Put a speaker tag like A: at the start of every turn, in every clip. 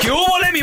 A: ¿Qué hubo, le, mi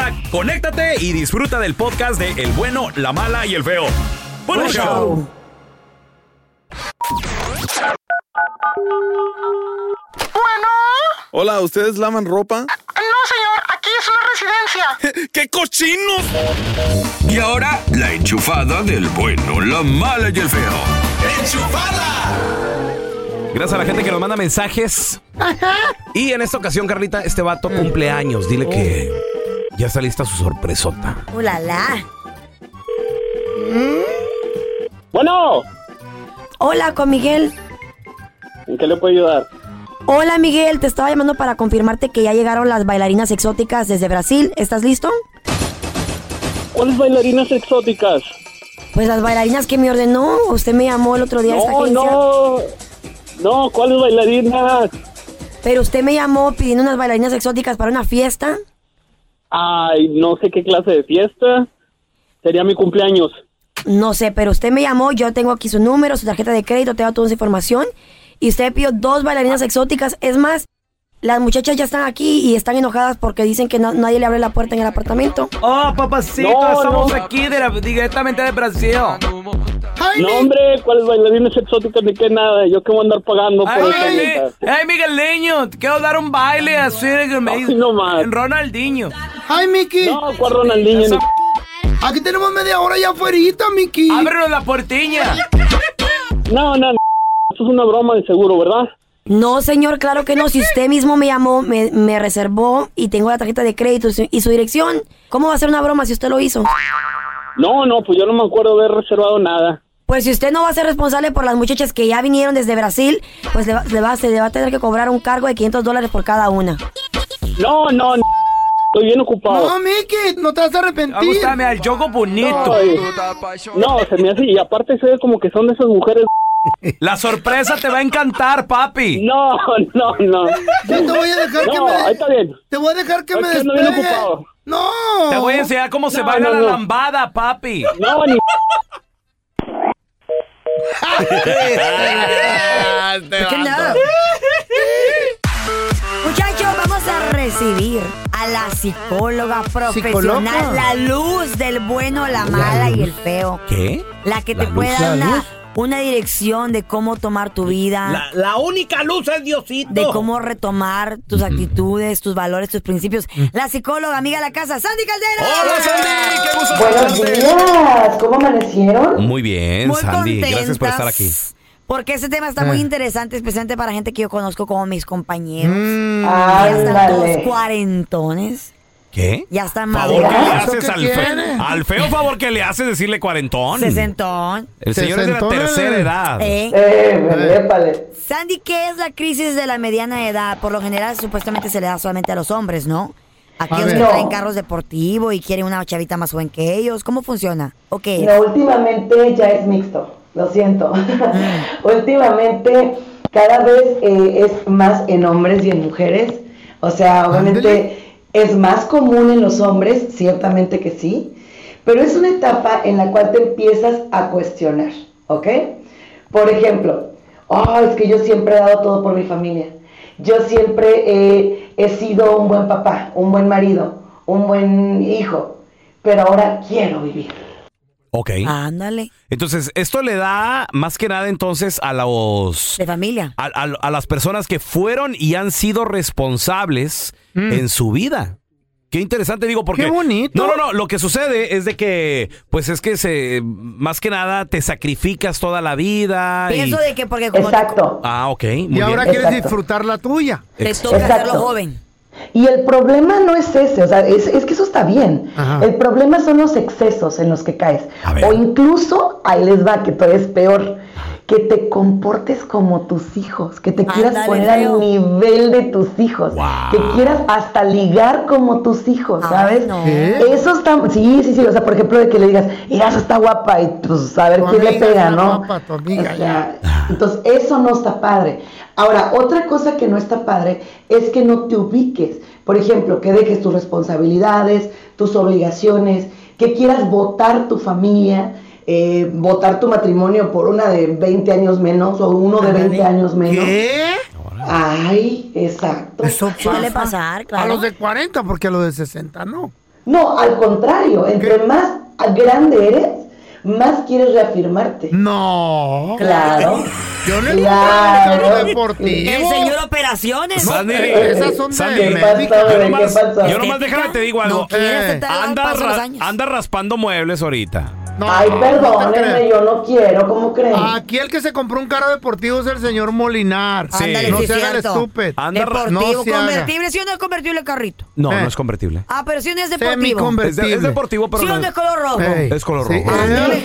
A: conéctate y disfruta del podcast de El bueno, la mala y el feo. Bueno,
B: Buen
A: show.
C: Bueno,
D: Hola, ¿ustedes lavan ropa?
C: no señor, aquí es una residencia.
D: ¡Qué cochinos!
E: Y ahora, la enchufada del bueno, la mala y el feo.
A: Gracias a la gente que nos manda mensajes. Y en esta ocasión, Carlita, este vato cumple años. Dile que ya está lista su sorpresota.
F: ¡Ulala! ¿Mm?
G: Bueno,
F: Hola, con Miguel.
G: ¿en qué le puedo ayudar?
F: Hola, Miguel. Te estaba llamando para confirmarte que ya llegaron las bailarinas exóticas desde Brasil. ¿Estás listo?
G: ¿Cuáles bailarinas exóticas?
F: Pues las bailarinas que me ordenó. Usted me llamó el otro día a esta
G: No,
F: agencia.
G: no. No, ¿cuáles bailarinas?
F: Pero usted me llamó pidiendo unas bailarinas exóticas para una fiesta.
G: Ay, no sé qué clase de fiesta. Sería mi cumpleaños.
F: No sé, pero usted me llamó, yo tengo aquí su número, su tarjeta de crédito, tengo toda su información. Y usted pidió dos bailarinas exóticas. Es más, las muchachas ya están aquí y están enojadas porque dicen que na- nadie le abre la puerta en el apartamento.
A: Oh, papacito,
G: No,
A: estamos
G: no.
A: aquí de la- directamente de Brasil.
G: No, hombre, ¿cuáles bailarinas exóticas? Ni qué nada. Yo que voy a andar pagando por
A: Ay,
G: eso.
A: Miguel,
G: neta.
A: ay, Miguelneño, te quiero dar un baile así de que me
G: Ay,
A: dice
G: no más.
A: Ronaldinho.
B: ¡Ay, Miki!
G: No, ¿cuál Ronaldinho?
A: Esa-
B: Aquí tenemos media hora ya afuera, Miki.
A: Ábrenos la puertiña.
G: No, no, no. Esto es una broma de seguro, ¿verdad?
F: No, señor, claro que no. Si usted mismo me llamó, me, me reservó y tengo la tarjeta de crédito y su- y su dirección, ¿cómo va a ser una broma si usted lo hizo?
G: No, no, pues yo no me acuerdo haber reservado nada.
F: Pues si usted no va a ser responsable por las muchachas que ya vinieron desde Brasil, pues le va, le va- se le va a tener que cobrar un cargo de 500 dólares por cada una.
G: No, no, no. Estoy bien ocupado.
B: No, Miki, no te vas a
A: Va a
B: arrepentir.
A: gustarme al Yogo Bonito.
G: Ay, No, se me hace. Y aparte se ve como que son de esas mujeres.
A: La sorpresa te va a encantar, papi.
G: No, no, no.
B: Yo te voy a dejar que
G: No,
B: me.
G: ahí está bien.
B: Te voy a dejar que
G: Es
B: me
G: que ando bien
B: despegue.
G: ocupado.
B: No.
A: Te voy a enseñar cómo se
G: No,
A: baila
G: no,
A: la
G: no.
A: lambada, papi.
G: No, ni.
F: ¿Por qué nada? Muchachos, vamos a recibir a la psicóloga profesional,
B: ¿Psicóloga?
F: la luz del bueno, la mala y el feo.
A: ¿Qué?
F: La que
A: ¿La
F: te
A: luz?
F: puede
A: ¿La
F: dar una,
A: luz?
F: una dirección de cómo tomar tu vida.
A: única luz es Diosito.
F: de cómo retomar tus actitudes, tus valores, tus principios. La psicóloga, amiga de la casa, Sandy Caldera.
A: Hola, Sandy. Qué gusto
H: Buenos
A: escucharte.
H: días, ¿cómo amanecieron?
A: Muy bien,
F: Muy
A: Sandy.
F: contentas,
A: Gracias por estar aquí.
F: Porque ese tema está muy
A: Eh.
F: interesante, especialmente para gente que yo conozco como mis compañeros.
A: Mm.
F: ya están todos
H: Ándale.
F: cuarentones,
A: ¿Qué?
F: ya están
A: Favor que le
F: maduros,
A: haces
B: ¿Eso
A: al
B: qué
A: feo.
B: tiene?
A: Al feo favor que le haces decirle cuarentón.
F: sesentón.
A: El señor es de la
B: Sesentón.
A: tercera edad.
F: ¿eh?
H: Eh, me épale.
F: Sandy, ¿qué es la crisis de la mediana edad? Por lo general, supuestamente se le da solamente a los hombres, ¿no? Aquellos
H: ver.
F: que
H: No.
F: traen carros deportivos y quieren una chavita más joven que ellos. ¿Cómo funciona? ¿O qué es?
H: No, últimamente ya es mixto, lo siento. últimamente cada vez eh, es más en hombres y en mujeres. O sea, obviamente es más común en los hombres, ciertamente que sí, pero es una etapa en la cual te empiezas a cuestionar, ¿ok? Por ejemplo, oh, es que yo siempre he dado todo por mi familia. Yo siempre eh, he sido un buen papá, un buen marido, un buen hijo, pero ahora quiero vivir.
A: Ok.
F: Ándale.
A: Entonces, esto le da más que nada entonces a los...
F: De familia.
A: A, a- a las personas que fueron y han sido responsables en su vida. Qué interesante, digo, porque...
B: Mm. Qué bonito.
A: No, no, no, lo que sucede es de que, pues es que se, más que nada te sacrificas toda la vida. y-
F: Pienso de que porque como...
A: Ah, ok. muy
B: Y ahora
A: bien.
B: quieres disfrutar la tuya.
F: Te
A: Exacto.
F: toca hacerlo
H: Exacto.
F: joven.
H: Y el problema no es ese, o sea, es, es que eso está bien.
F: Ajá.
H: El problema son los excesos en los que caes. O incluso, ahí les va, que todavía es peor, que te comportes como tus hijos, que te quieras
F: Ándale,
H: poner
F: feo.
H: al nivel de tus hijos, que quieras hasta ligar como tus hijos, ¿sabes?
F: no.
B: ¿Qué?
H: Eso está, sí, sí, sí, o sea, por ejemplo, de que le digas, mira, esa está guapa, y pues a ver
B: Tu
H: quién le
B: amiga
H: pega,
B: está
H: ¿no?
B: guapa, tu amiga,
H: O sea, entonces, eso no está padre. Ahora, otra cosa que no está padre es que no te ubiques. Por ejemplo, que dejes tus responsabilidades, tus obligaciones, que quieras votar tu familia, eh, votar tu matrimonio por una de 20 años menos o uno de 20 años menos.
B: ¿Qué?
H: Ay, exacto.
F: Suele pasar,
B: A
F: claro.
B: los de 40, porque a los de 60 no.
H: No, al contrario, entre más grande eres, más quieres reafirmarte.
B: No.
H: Claro.
B: Yo no he
H: Claro.
B: comprado carro deportivo.
F: El señor operaciones.
A: Sandy,
B: esas son de
A: eh, Sandy,
B: médico.
A: yo
B: ¿Qué
A: nomás,
B: pasó?
A: yo nomás déjame te digo algo.
B: No quieres,
A: Eh,
B: te
H: la-
A: anda,
H: pasan los
A: ra-
H: años.
A: anda raspando muebles ahorita.
H: Ay,
B: no te
H: perdónenme,
B: creo.
H: yo no quiero, ¿cómo creen?
B: Aquí el que se compró un carro deportivo es el señor Molinar.
A: Sí. Ándale,
B: no
A: sí,
B: se haga el
A: cierto.
B: estúpido.
A: Anda ra-
B: no
F: Deportivo,
B: se haga.
F: convertible, ¿sí o no es convertible el carrito?
A: No,
B: Eh.
A: no es convertible.
F: Ah, pero sí o no es deportivo.
A: Es, de- es
B: Convertible.
A: deportivo, pero
F: ¿Sí o no es color rojo?
A: Ey. Es color rojo.
H: Híjole,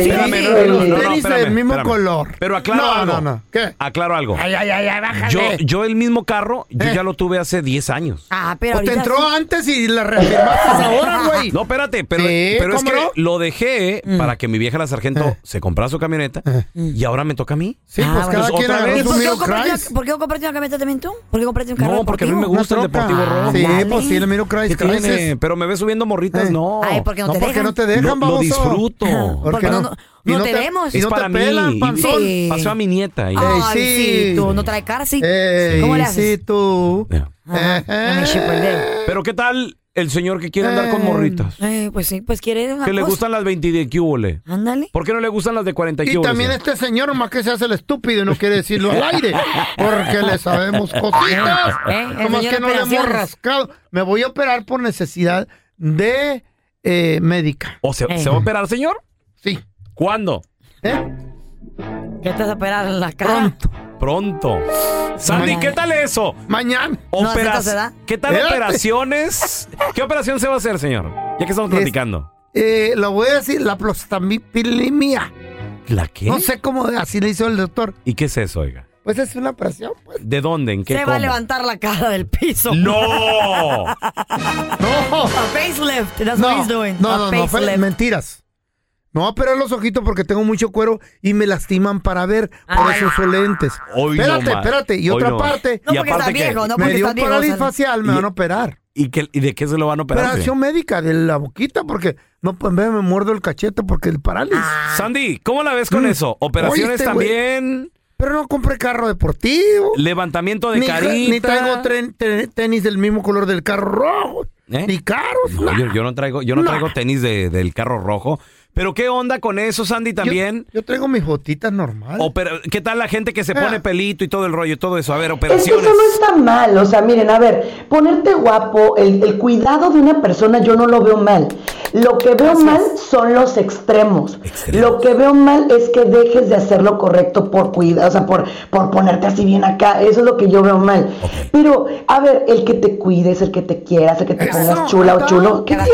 A: Espérame, no,
H: híjole.
A: no, no, no,
B: Tenis
A: espérame,
B: del mismo
A: espérame.
B: color.
A: Pero aclaro
B: No,
A: algo.
B: no, no. ¿Qué?
A: Aclaro algo.
B: Ay, Eh. ay, ay, ay, bájale.
A: Yo, yo el mismo carro, yo ya lo tuve hace 10 años.
F: Ah, pero
B: O te
F: ahorita
B: entró
F: sí.
B: antes y la reafirmaste ahora, güey.
A: No, espérate, pero,
B: Sí,
A: pero es
B: ¿cómo
A: que
B: no? Mm. Eh.
A: lo dejé para que mi vieja la sargento se comprara su camioneta y ahora me toca a mí. Ah,
B: Sí, pues cada
A: Entonces,
B: quien
A: otra
B: agarró
A: vez.
F: ¿Y
B: su
F: por qué,
B: Miro
F: no compraste
B: Christ.
F: una- por qué no compraste una camioneta también tú? ¿Por qué no compraste un carro
A: No, porque a mí me
F: deportivo?
A: gusta el
B: Una troca.
A: deportivo rojo.
B: Sí,
F: Ándale.
B: pues sí, el Miro Christ
A: ¿Qué tiene?
B: Crisis.
A: Pero me ves subiendo morritas, no.
F: Ay, porque no,
B: Eh. No,
F: te
B: porque
F: dejan.
B: no te dejan,
A: Lo- lo
B: baboso.
A: disfruto.
B: ¿Por
F: Porque
B: qué
F: no,
B: no?
F: no,
B: Y
F: no
B: no
F: te,
B: te-
F: vemos.
B: y
A: es
B: no te
A: para mí.
B: pelan,
A: Y-
B: panzón.
A: y- Pasó a mi nieta. y-
B: Ah.
F: Ay, sí. Eh.
B: sí.
F: tú no traes cárcel.
B: Ey,
F: ¿Cómo le haces?
B: sí, tú.
F: Ajá, pues, ya me chupo el dedo.
A: Pero ¿qué tal el señor que quiere andar con
B: Eh,
A: morritas?
F: Eh, pues sí, pues quiere una
A: Que le
F: cosa.
A: gustan las 20 de cubole.
F: Ándale.
A: ¿Por qué no le gustan las de 40
B: Y
A: cubole?
B: también este señor, más que se hace el estúpido y no quiere decirlo al aire, porque le sabemos cositas.
F: Eh, el
B: Nomás
F: señor
B: que no le hemos
F: operaciones.
B: rascado. Me voy a operar por necesidad de eh, médica.
A: ¿O se,
F: Eh.
A: se va a operar, señor?
B: Sí.
A: ¿Cuándo?
B: ¿Eh?
F: ¿Qué estás a operar en la cara?
A: Pronto. Sandy,
F: Mañana.
A: ¿qué tal eso?
B: Mañana.
F: No,
A: Opera-
F: ¿aceptas edad?
A: ¿Qué tal
B: Espérate.
A: operaciones? ¿Qué operación se va a hacer, señor? Ya que estamos
F: Este,
B: Es-
A: platicando.
B: Eh, lo voy a decir, la prostamipilimia.
A: ¿La qué?
B: No sé cómo así le hizo el doctor.
A: ¿Y qué es eso, oiga?
B: Pues es una presión, pues.
A: ¿De dónde? ¿En qué?
F: Se va a
A: cómo?
F: levantar la cara del piso.
A: ¡No! Oh,
B: No.
F: A facelift. That's what
B: No,
F: he's doing.
B: no,
F: a
B: no, no, fe-
F: facelift.
B: mentiras. Me voy a operar los ojitos porque tengo mucho cuero y me lastiman para ver por
F: Ay.
B: esos lentes.
A: Hoy
B: espérate,
A: nomás.
B: espérate. Y
A: Hoy
B: otra
A: nomás.
B: parte,
F: No,
A: Y
F: porque
A: aparte
F: está
A: que-
F: viejo, no
B: me
F: porque
B: dio
F: está
B: un
F: viejo.
B: parálisis
F: o sea,
B: facial, me
A: Y-
B: van a operar.
A: ¿Y, qué- y de qué se lo van a operar?
B: Operación médica de la boquita porque no pues, ve, me muerdo el cachete porque el parálisis.
F: Ah.
A: señor? Sandy, ¿cómo la ves con
B: Mm.
A: eso? Ah. Operaciones
B: Oíste, güey.
A: también,
B: Pero no compré carro deportivo.
A: levantamiento de
B: Ni,
A: carita.
B: ni traigo tren- tren- tenis del mismo color del carro rojo.
A: ¿Eh?
B: Ni caros.
A: No,
B: nada.
A: yo, yo no traigo, yo no
B: No.
A: traigo tenis de- del carro rojo. Pero qué onda con eso, Sandy, también.
B: Yo, yo traigo mis botitas normales.
A: Opera- ¿Qué tal la gente que se pone
B: Ah.
A: pelito y todo el rollo, todo eso? A ver,
H: Es que eso
A: operaciones.
H: no está mal, o sea, miren, a ver, ponerte guapo, el, el cuidado de una persona yo no lo veo mal. Lo que veo mal son los extremos. Lo que veo mal es que dejes de hacer lo correcto por cuidado, o sea, por, por ponerte así bien acá, eso es lo que yo veo mal. Pero, a ver, el que te cuides, el que te quieras, el que te
B: Eso,
H: pongas chula o
B: acá.
H: chulo, ¿qué tiene?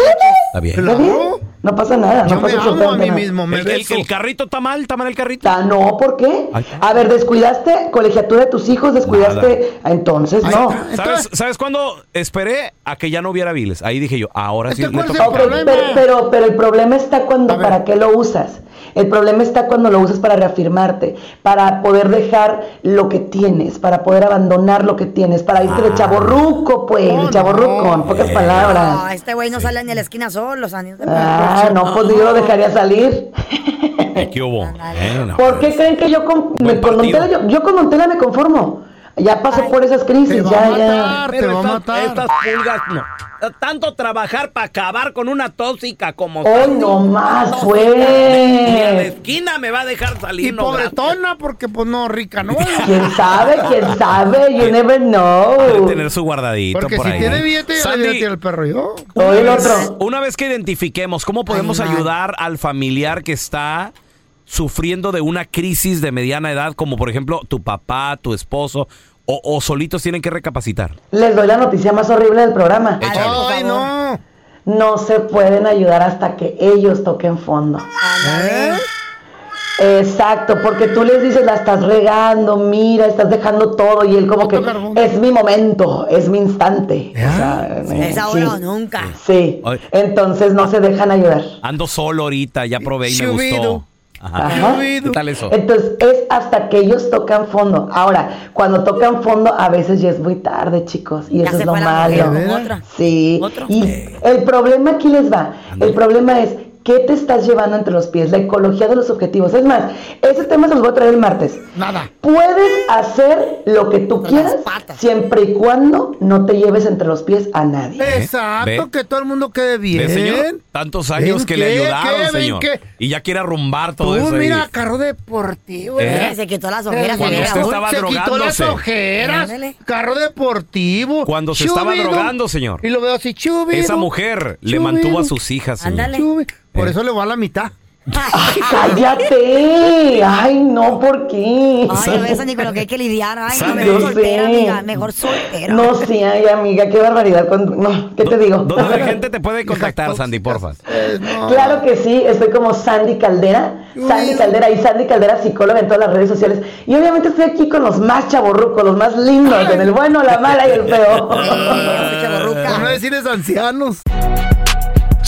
A: Está bien.
H: ¿Está bien?
B: Claro.
H: No pasa nada,
B: Yo
H: no
B: me amo
H: pasa
B: a
H: absolutamente
B: mí
H: nada.
B: mismo, me
A: El, el-
B: beso.
A: el carrito está mal, está mal el carrito.
H: Ah, no, ¿por qué?
A: Ahí
H: A ver, descuidaste colegiatura de tus hijos, descuidaste. ah, Entonces, no.
A: ¿Sabes, ¿Sabes cuándo esperé a que ya no hubiera biles? Ahí dije yo, ahora
B: ¿Este
A: sí. le toca-
H: Ok, pero, pero, pero el problema está cuando, ¿para qué lo usas? El problema está cuando lo usas para reafirmarte, para poder dejar lo que tienes, para poder abandonar lo que tienes, para irte
A: Ah.
H: de chaborruco, pues, de chaborruco, en
A: Eh.
H: pocas palabras.
F: No, este güey no sale ni a la esquina solo, o sea, ni-
H: Ah, no, pues yo lo dejaría salir.
A: ¿Qué hubo? Eh, no.
H: ¿Por qué creen que yo con, me- con Montela, yo, yo con Montela me conformo? Ya pasé por esas crisis, ya, ya.
A: Estas pulgas, no. Tanto trabajar para acabar con una tóxica como...
H: Hoy no más, pues.
A: esquina me va a dejar salir.
B: Y pobretona, porque pues no, rica no.
H: ¿Quién sabe? ¿Quién sabe? You never know.
A: Tener su guardadito
B: Porque
A: por
B: si
A: ahí. ¿eh?
B: tiene billete, ya
A: Sandy,
B: le tiene el perro yo.
A: Una
B: Pues,
A: vez- Una vez que identifiquemos cómo podemos ayudar al familiar que está sufriendo de una crisis de mediana edad, como por ejemplo tu papá, tu esposo, o, o solitos tienen que recapacitar.
H: Les doy la noticia más horrible del programa.
B: Ay, no.
H: No se pueden ayudar hasta que ellos toquen fondo.
B: ¿Eh?
H: Exacto, porque tú les dices, la estás regando, mira, estás dejando todo, y él como que, es mi momento, es mi instante. O sea, eh,
F: Es ahora o nunca.
H: Sí,
A: Ay.
H: entonces no se dejan ayudar.
B: Eh,
A: Ando solo ahorita, ya probé y me
H: Chubido.
A: gustó. Ajá.
H: Ajá.
A: ¿Qué tal eso?
H: Entonces es hasta que ellos tocan fondo. Ahora, cuando tocan fondo, a veces ya es muy tarde, chicos. Y
F: Ya
H: eso
F: se
H: es lo
F: fue la
H: malo.
F: mujer con otra.
H: Sí. Y el problema aquí les va. El problema es qué te estás llevando entre los pies, la ecología de los objetivos. Es más, ese tema se los voy a traer el martes.
B: Nada.
H: Puedes hacer lo que tú quieras siempre y cuando no te lleves entre los pies a nadie.
B: Exacto,
A: Ve.
B: que todo el mundo quede bien.
A: ¿Ve, señor? Tantos años
B: ¿Ven
A: que le
B: qué?
A: ayudaron,
B: ¿Qué? ¿Ven
A: señor.
B: qué?
A: Y ya quiere arrumbar todo
B: Tú,
A: eso. ahí.
B: mira, carro deportivo.
A: ¿Eh?
F: Se quitó las ojeras.
A: Cuando
F: mira,
A: usted
F: uy,
A: estaba
F: se quitó
B: Quitó las
A: drogándose.
B: ojeras.
F: Ándale.
B: Carro deportivo.
A: Cuando se estaba
B: Chubido.
A: drogando, señor.
B: Y lo veo así, chubi.
A: Esa mujer le mantuvo a sus hijas. señor. Eh.
B: Por eso le va a la mitad.
H: ¡Cállate! ¡Ay, no! ¿Por qué?
F: Ay, a veces ni con lo que hay que lidiar. Ay, no,
H: Sandy.
F: mejor
H: Yo
F: soltera,
H: sé.
F: amiga. Mejor soltera.
H: No, sí, ay, amiga, qué barbaridad. cuando- No, ¿qué te digo?
A: ¿Dónde la gente te puede contactar, Sandy, porfa?
B: Pues,
H: Claro que sí, estoy como Sandy Caldera, Sandy Caldera y Sandy Caldera psicóloga en todas las redes sociales. Y obviamente estoy aquí con los más chaborrucos, los más lindos, con el bueno, la mala y el feo.
B: Por no decirles ancianos.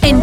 I: En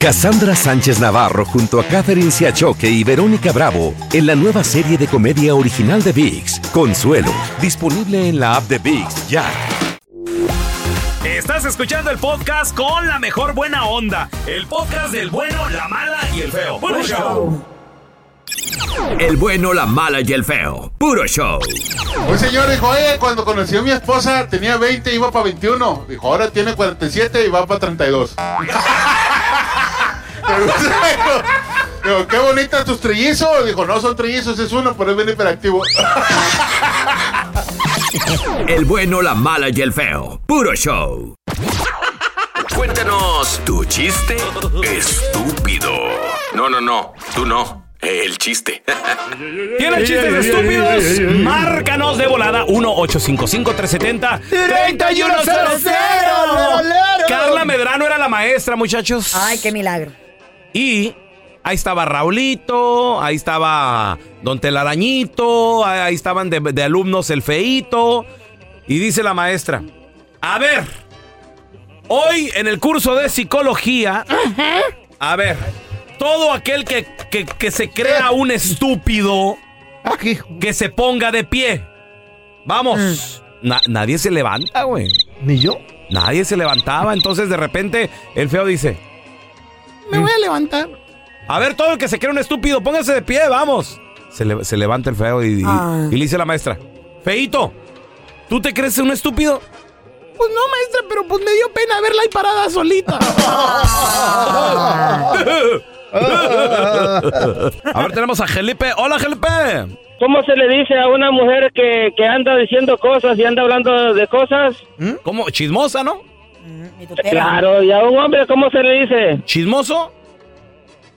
J: Cassandra Sánchez Navarro junto a Catherine Siachoque y Verónica Bravo en la nueva serie de comedia original de VIX, Consuelo, disponible en la app de VIX ya.
A: Estás escuchando el podcast con la mejor buena onda. El podcast del bueno, la mala y el feo. Bueno, show.
K: El bueno, la mala y el feo. Puro show.
L: Un Pues, señor dijo, oye, cuando conoció a mi esposa tenía 20 y iba para 21. Dijo, ahora tiene 47 y va para 32. Pero, bueno, Digo, qué bonitas tus trillizos. Dijo, no son trillizos, es uno, pero es bien hiperactivo.
K: El bueno, la mala y el feo. Puro show. Cuéntanos tu chiste estúpido. No, no, no. Tú no. El chiste.
A: ¿Tienes chistes estúpidos? Márcanos de volada 1-855-370-3100. Carla Medrano era la maestra, muchachos.
F: Ay, qué milagro.
A: Y ahí estaba Raulito, ahí estaba Don Telarañito, ahí ahí estaban de, de alumnos el Feito. Y dice la maestra, a ver, hoy en el curso de psicología, a ver, todo aquel que, que- que se crea un estúpido, que se ponga de pie. Vamos, Na- nadie se levanta, güey.
B: Mm. Ni yo.
A: Nadie se levantaba, entonces de repente el feo dice,
B: Me voy a levantar.
A: "Mm". A ver, todo el que se cree un estúpido, póngase de pie, vamos. Se, le- se levanta el feo y, y-
M: Ah.
A: y le dice la maestra, Feito, ¿tú te crees un estúpido?
M: Pues no, maestra, pero pues me dio pena verla ahí parada solita.
A: a ver, tenemos a Felipe. Hola, Felipe.
N: ¿Cómo se le dice a una mujer que, que anda diciendo cosas y anda hablando de cosas?
A: ¿Mm? ¿Cómo? Chismosa, ¿no?
F: Mm,
N: Claro, y a un hombre, ¿cómo se le dice?
A: ¿Chismoso?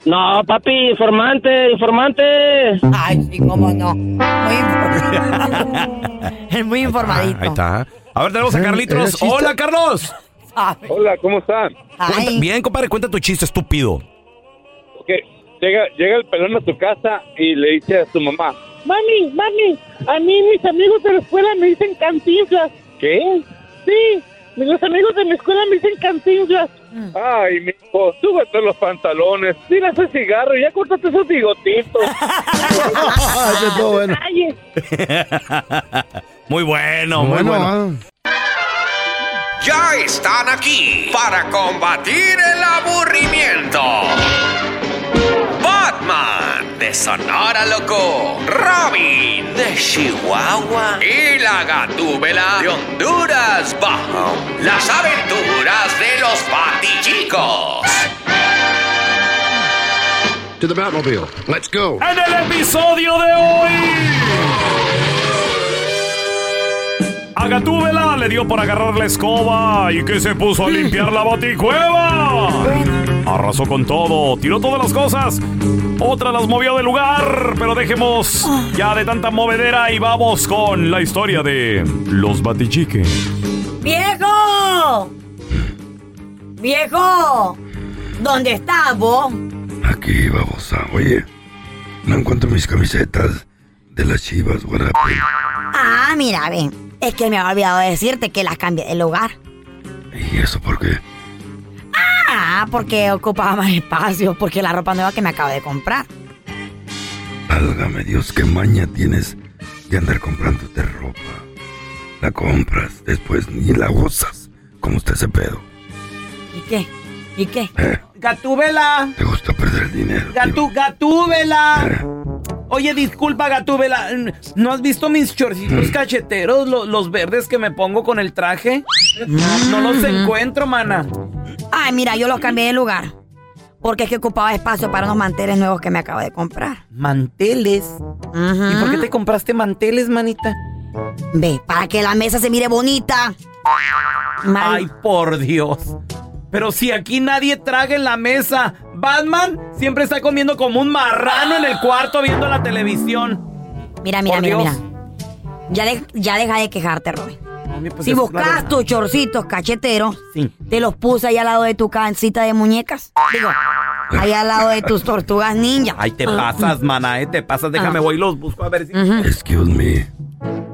N: No, papi, informante, informante.
F: Ay, sí, cómo no. Muy inform- Muy informadito.
A: Ahí está. A ver, tenemos a Carlitos. Hola, Carlos.
O: Hola, ¿cómo están?
A: Cuenta- bien, compadre, cuenta tu chiste estúpido.
O: Que llega, llega el pelón a tu casa y le dice a su mamá,
C: Mami, mami, a mí mis amigos de la escuela me dicen cantinflas.
O: ¿qué?
C: Sí, los amigos de mi escuela me dicen cantinflas.
O: Ay, mi hijo, súbete los pantalones, tira ese cigarro y ya cortaste esos bigotitos.
C: Calle.
A: muy bueno, muy
B: Bueno,
A: bueno.
E: Ya están aquí para combatir el aburrimiento. Batman de Sonora Loco, Robin de Chihuahua y la Gatúbela de Honduras Bajo. Las aventuras de los patichicos.
P: To the Batmobile. Let's go.
A: En el episodio de hoy. A Gatúbela le dio por agarrar la escoba y que se puso a limpiar la baticueva. Arrasó con todo, tiró todas las cosas. Otra las movió del lugar, pero dejemos
M: Ah.
A: ya de tanta movedera y vamos con la historia de los batichiques.
F: ¡Viejo! ¡Viejo! ¿Dónde estás vos?
Q: Aquí, babosa, oye. No encuentro mis camisetas de las chivas, guarapo.
F: Ah, mira, ve. Es que me había olvidado de decirte que las cambié del lugar.
Q: ¿Y eso por qué?
F: Ah, porque ocupaba más espacio, porque la ropa nueva que me acabo de comprar.
Q: Válgame Dios, qué maña tienes de andar comprándote ropa. La compras, después ni la usas. ¿Cómo está ese pedo?
M: ¿Y qué? ¿Y qué?
Q: Eh.
M: Gatúbela.
Q: ¿Te gusta perder el dinero?
M: Gatú, gatúbela. Oye, disculpa, gatúbela. ¿No has visto mis chorcitos cacheteros, lo- los verdes que me pongo con el traje? No los encuentro, mana.
F: Ay, mira, yo los cambié de lugar. Porque es que ocupaba espacio para unos manteles nuevos que me acabo de comprar.
M: Manteles. ¿Y por qué te compraste manteles, manita?
F: Ve, para que la mesa se mire bonita.
M: Ay, por Dios. Pero si aquí nadie traga en la mesa, Batman siempre está comiendo como un marrano en el cuarto viendo la televisión.
F: Mira, mira,
M: Por
F: mira,
M: Dios.
F: mira. Ya, de- ya deja de quejarte, Robin.
M: Hombre, pues
F: si
M: es la
F: buscas
M: verdad.
F: tus chorcitos cacheteros,
M: Sí.
F: te los puse ahí al lado de tu cancita de muñecas. Digo, ahí al lado de tus tortugas ninja.
M: Ay, te
F: Ah.
A: pasas, mana, eh, te pasas. Déjame, voy y los busco a ver si.
Q: Excuse me.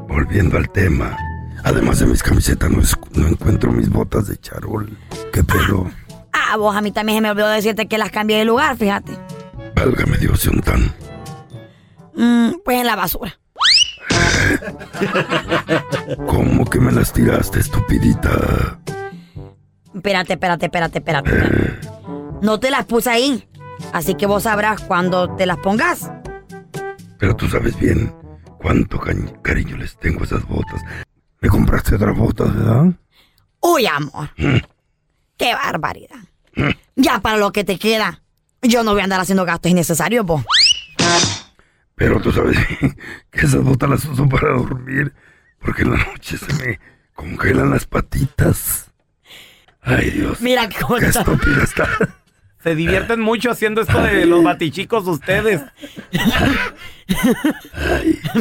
Q: Volviendo al tema. Además de mis camisetas, no, es- no encuentro mis botas de charol. ¿Qué pedo?
F: Ah, vos a mí también se me olvidó decirte que las cambié de lugar, fíjate.
Q: Válgame Dios, se untan.
F: Mm, pues en la basura.
Q: ¿Cómo que me las tiraste, estupidita?
F: Espérate, espérate, espérate, espérate. espérate. No te las puse ahí. Así que vos sabrás cuando te las pongas.
Q: Pero tú sabes bien cuánto ca- cariño les tengo a esas botas. Me compraste otras botas, ¿verdad? Mm,
F: Uy, amor. Qué barbaridad. Ya para lo que te queda. Yo no voy a andar haciendo gastos innecesarios, vos.
Q: Pero tú sabes que esas botas las uso para dormir, porque en la noche se me congelan las patitas. Ay, Dios.
F: Mira qué
Q: Qué estúpida está.
M: Se divierten mucho haciendo esto de los batichicos ustedes.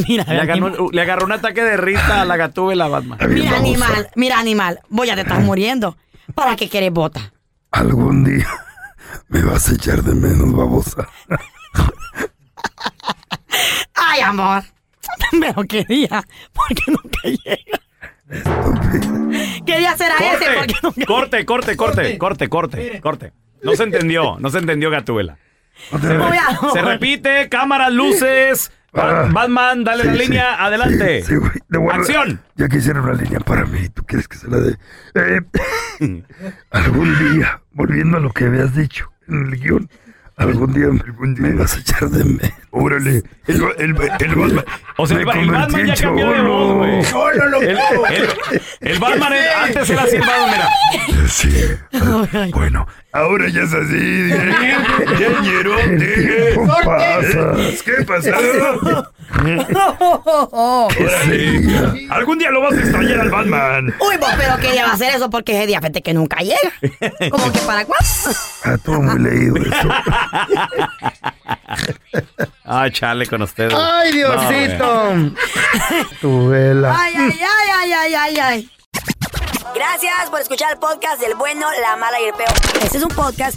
F: Mira,
M: le agarró, le agarró un ataque de risa a la gatúbela, Batman.
F: Mira, animal, mira, animal. Vos ya te estás muriendo. ¿Para qué querés bota?
Q: Algún día me vas a echar de menos, babosa.
F: Ay, amor. Pero qué día. Porque nunca llega. ¿Qué día será ese? Porque nunca
A: Corte, corte, corte, corte, corte, corte. No se entendió, no se entendió Gatúbela. Se,
F: voy a-
A: se repite, cámaras, luces. Ba- Batman, dale la
Q: Ah. sí,
A: línea,
Q: sí,
A: adelante.
Q: sí, sí, güey, de guarda-
A: Acción.
Q: Ya quisiera una línea para mí. ¿Tú quieres que se la dé? Eh, algún día, volviendo a lo que habías dicho en el guión, Algún día, algún día me vas a echar de menos. Órale. El, el, el Batman.
A: O sea, el Ba- el Batman ya cambió de voz, güey. El- el- el Batman era- antes era así el Batman,
Q: mira. Sí. Ah, Bueno, ahora ya es así. ¿eh? Ya ñerote. ¿eh? ¿Qué pasa? ¿Qué pasó? ¿Qué sería?
A: Algún día lo vas a extrañar al Batman.
R: Uy, vos, pero que ella va a hacer eso porque es el diabetes que nunca llega. Como que para cuándo.
Q: Ah, todo muy leído eso.
A: Ah, chale con ustedes.
R: Ay,
A: No,
R: Diosito.
A: güey.
B: Tu vela.
R: Ay, ay, ay, ay, ay, ay, ay.
F: Gracias por escuchar el podcast del bueno, la mala y el peor. Este es un podcast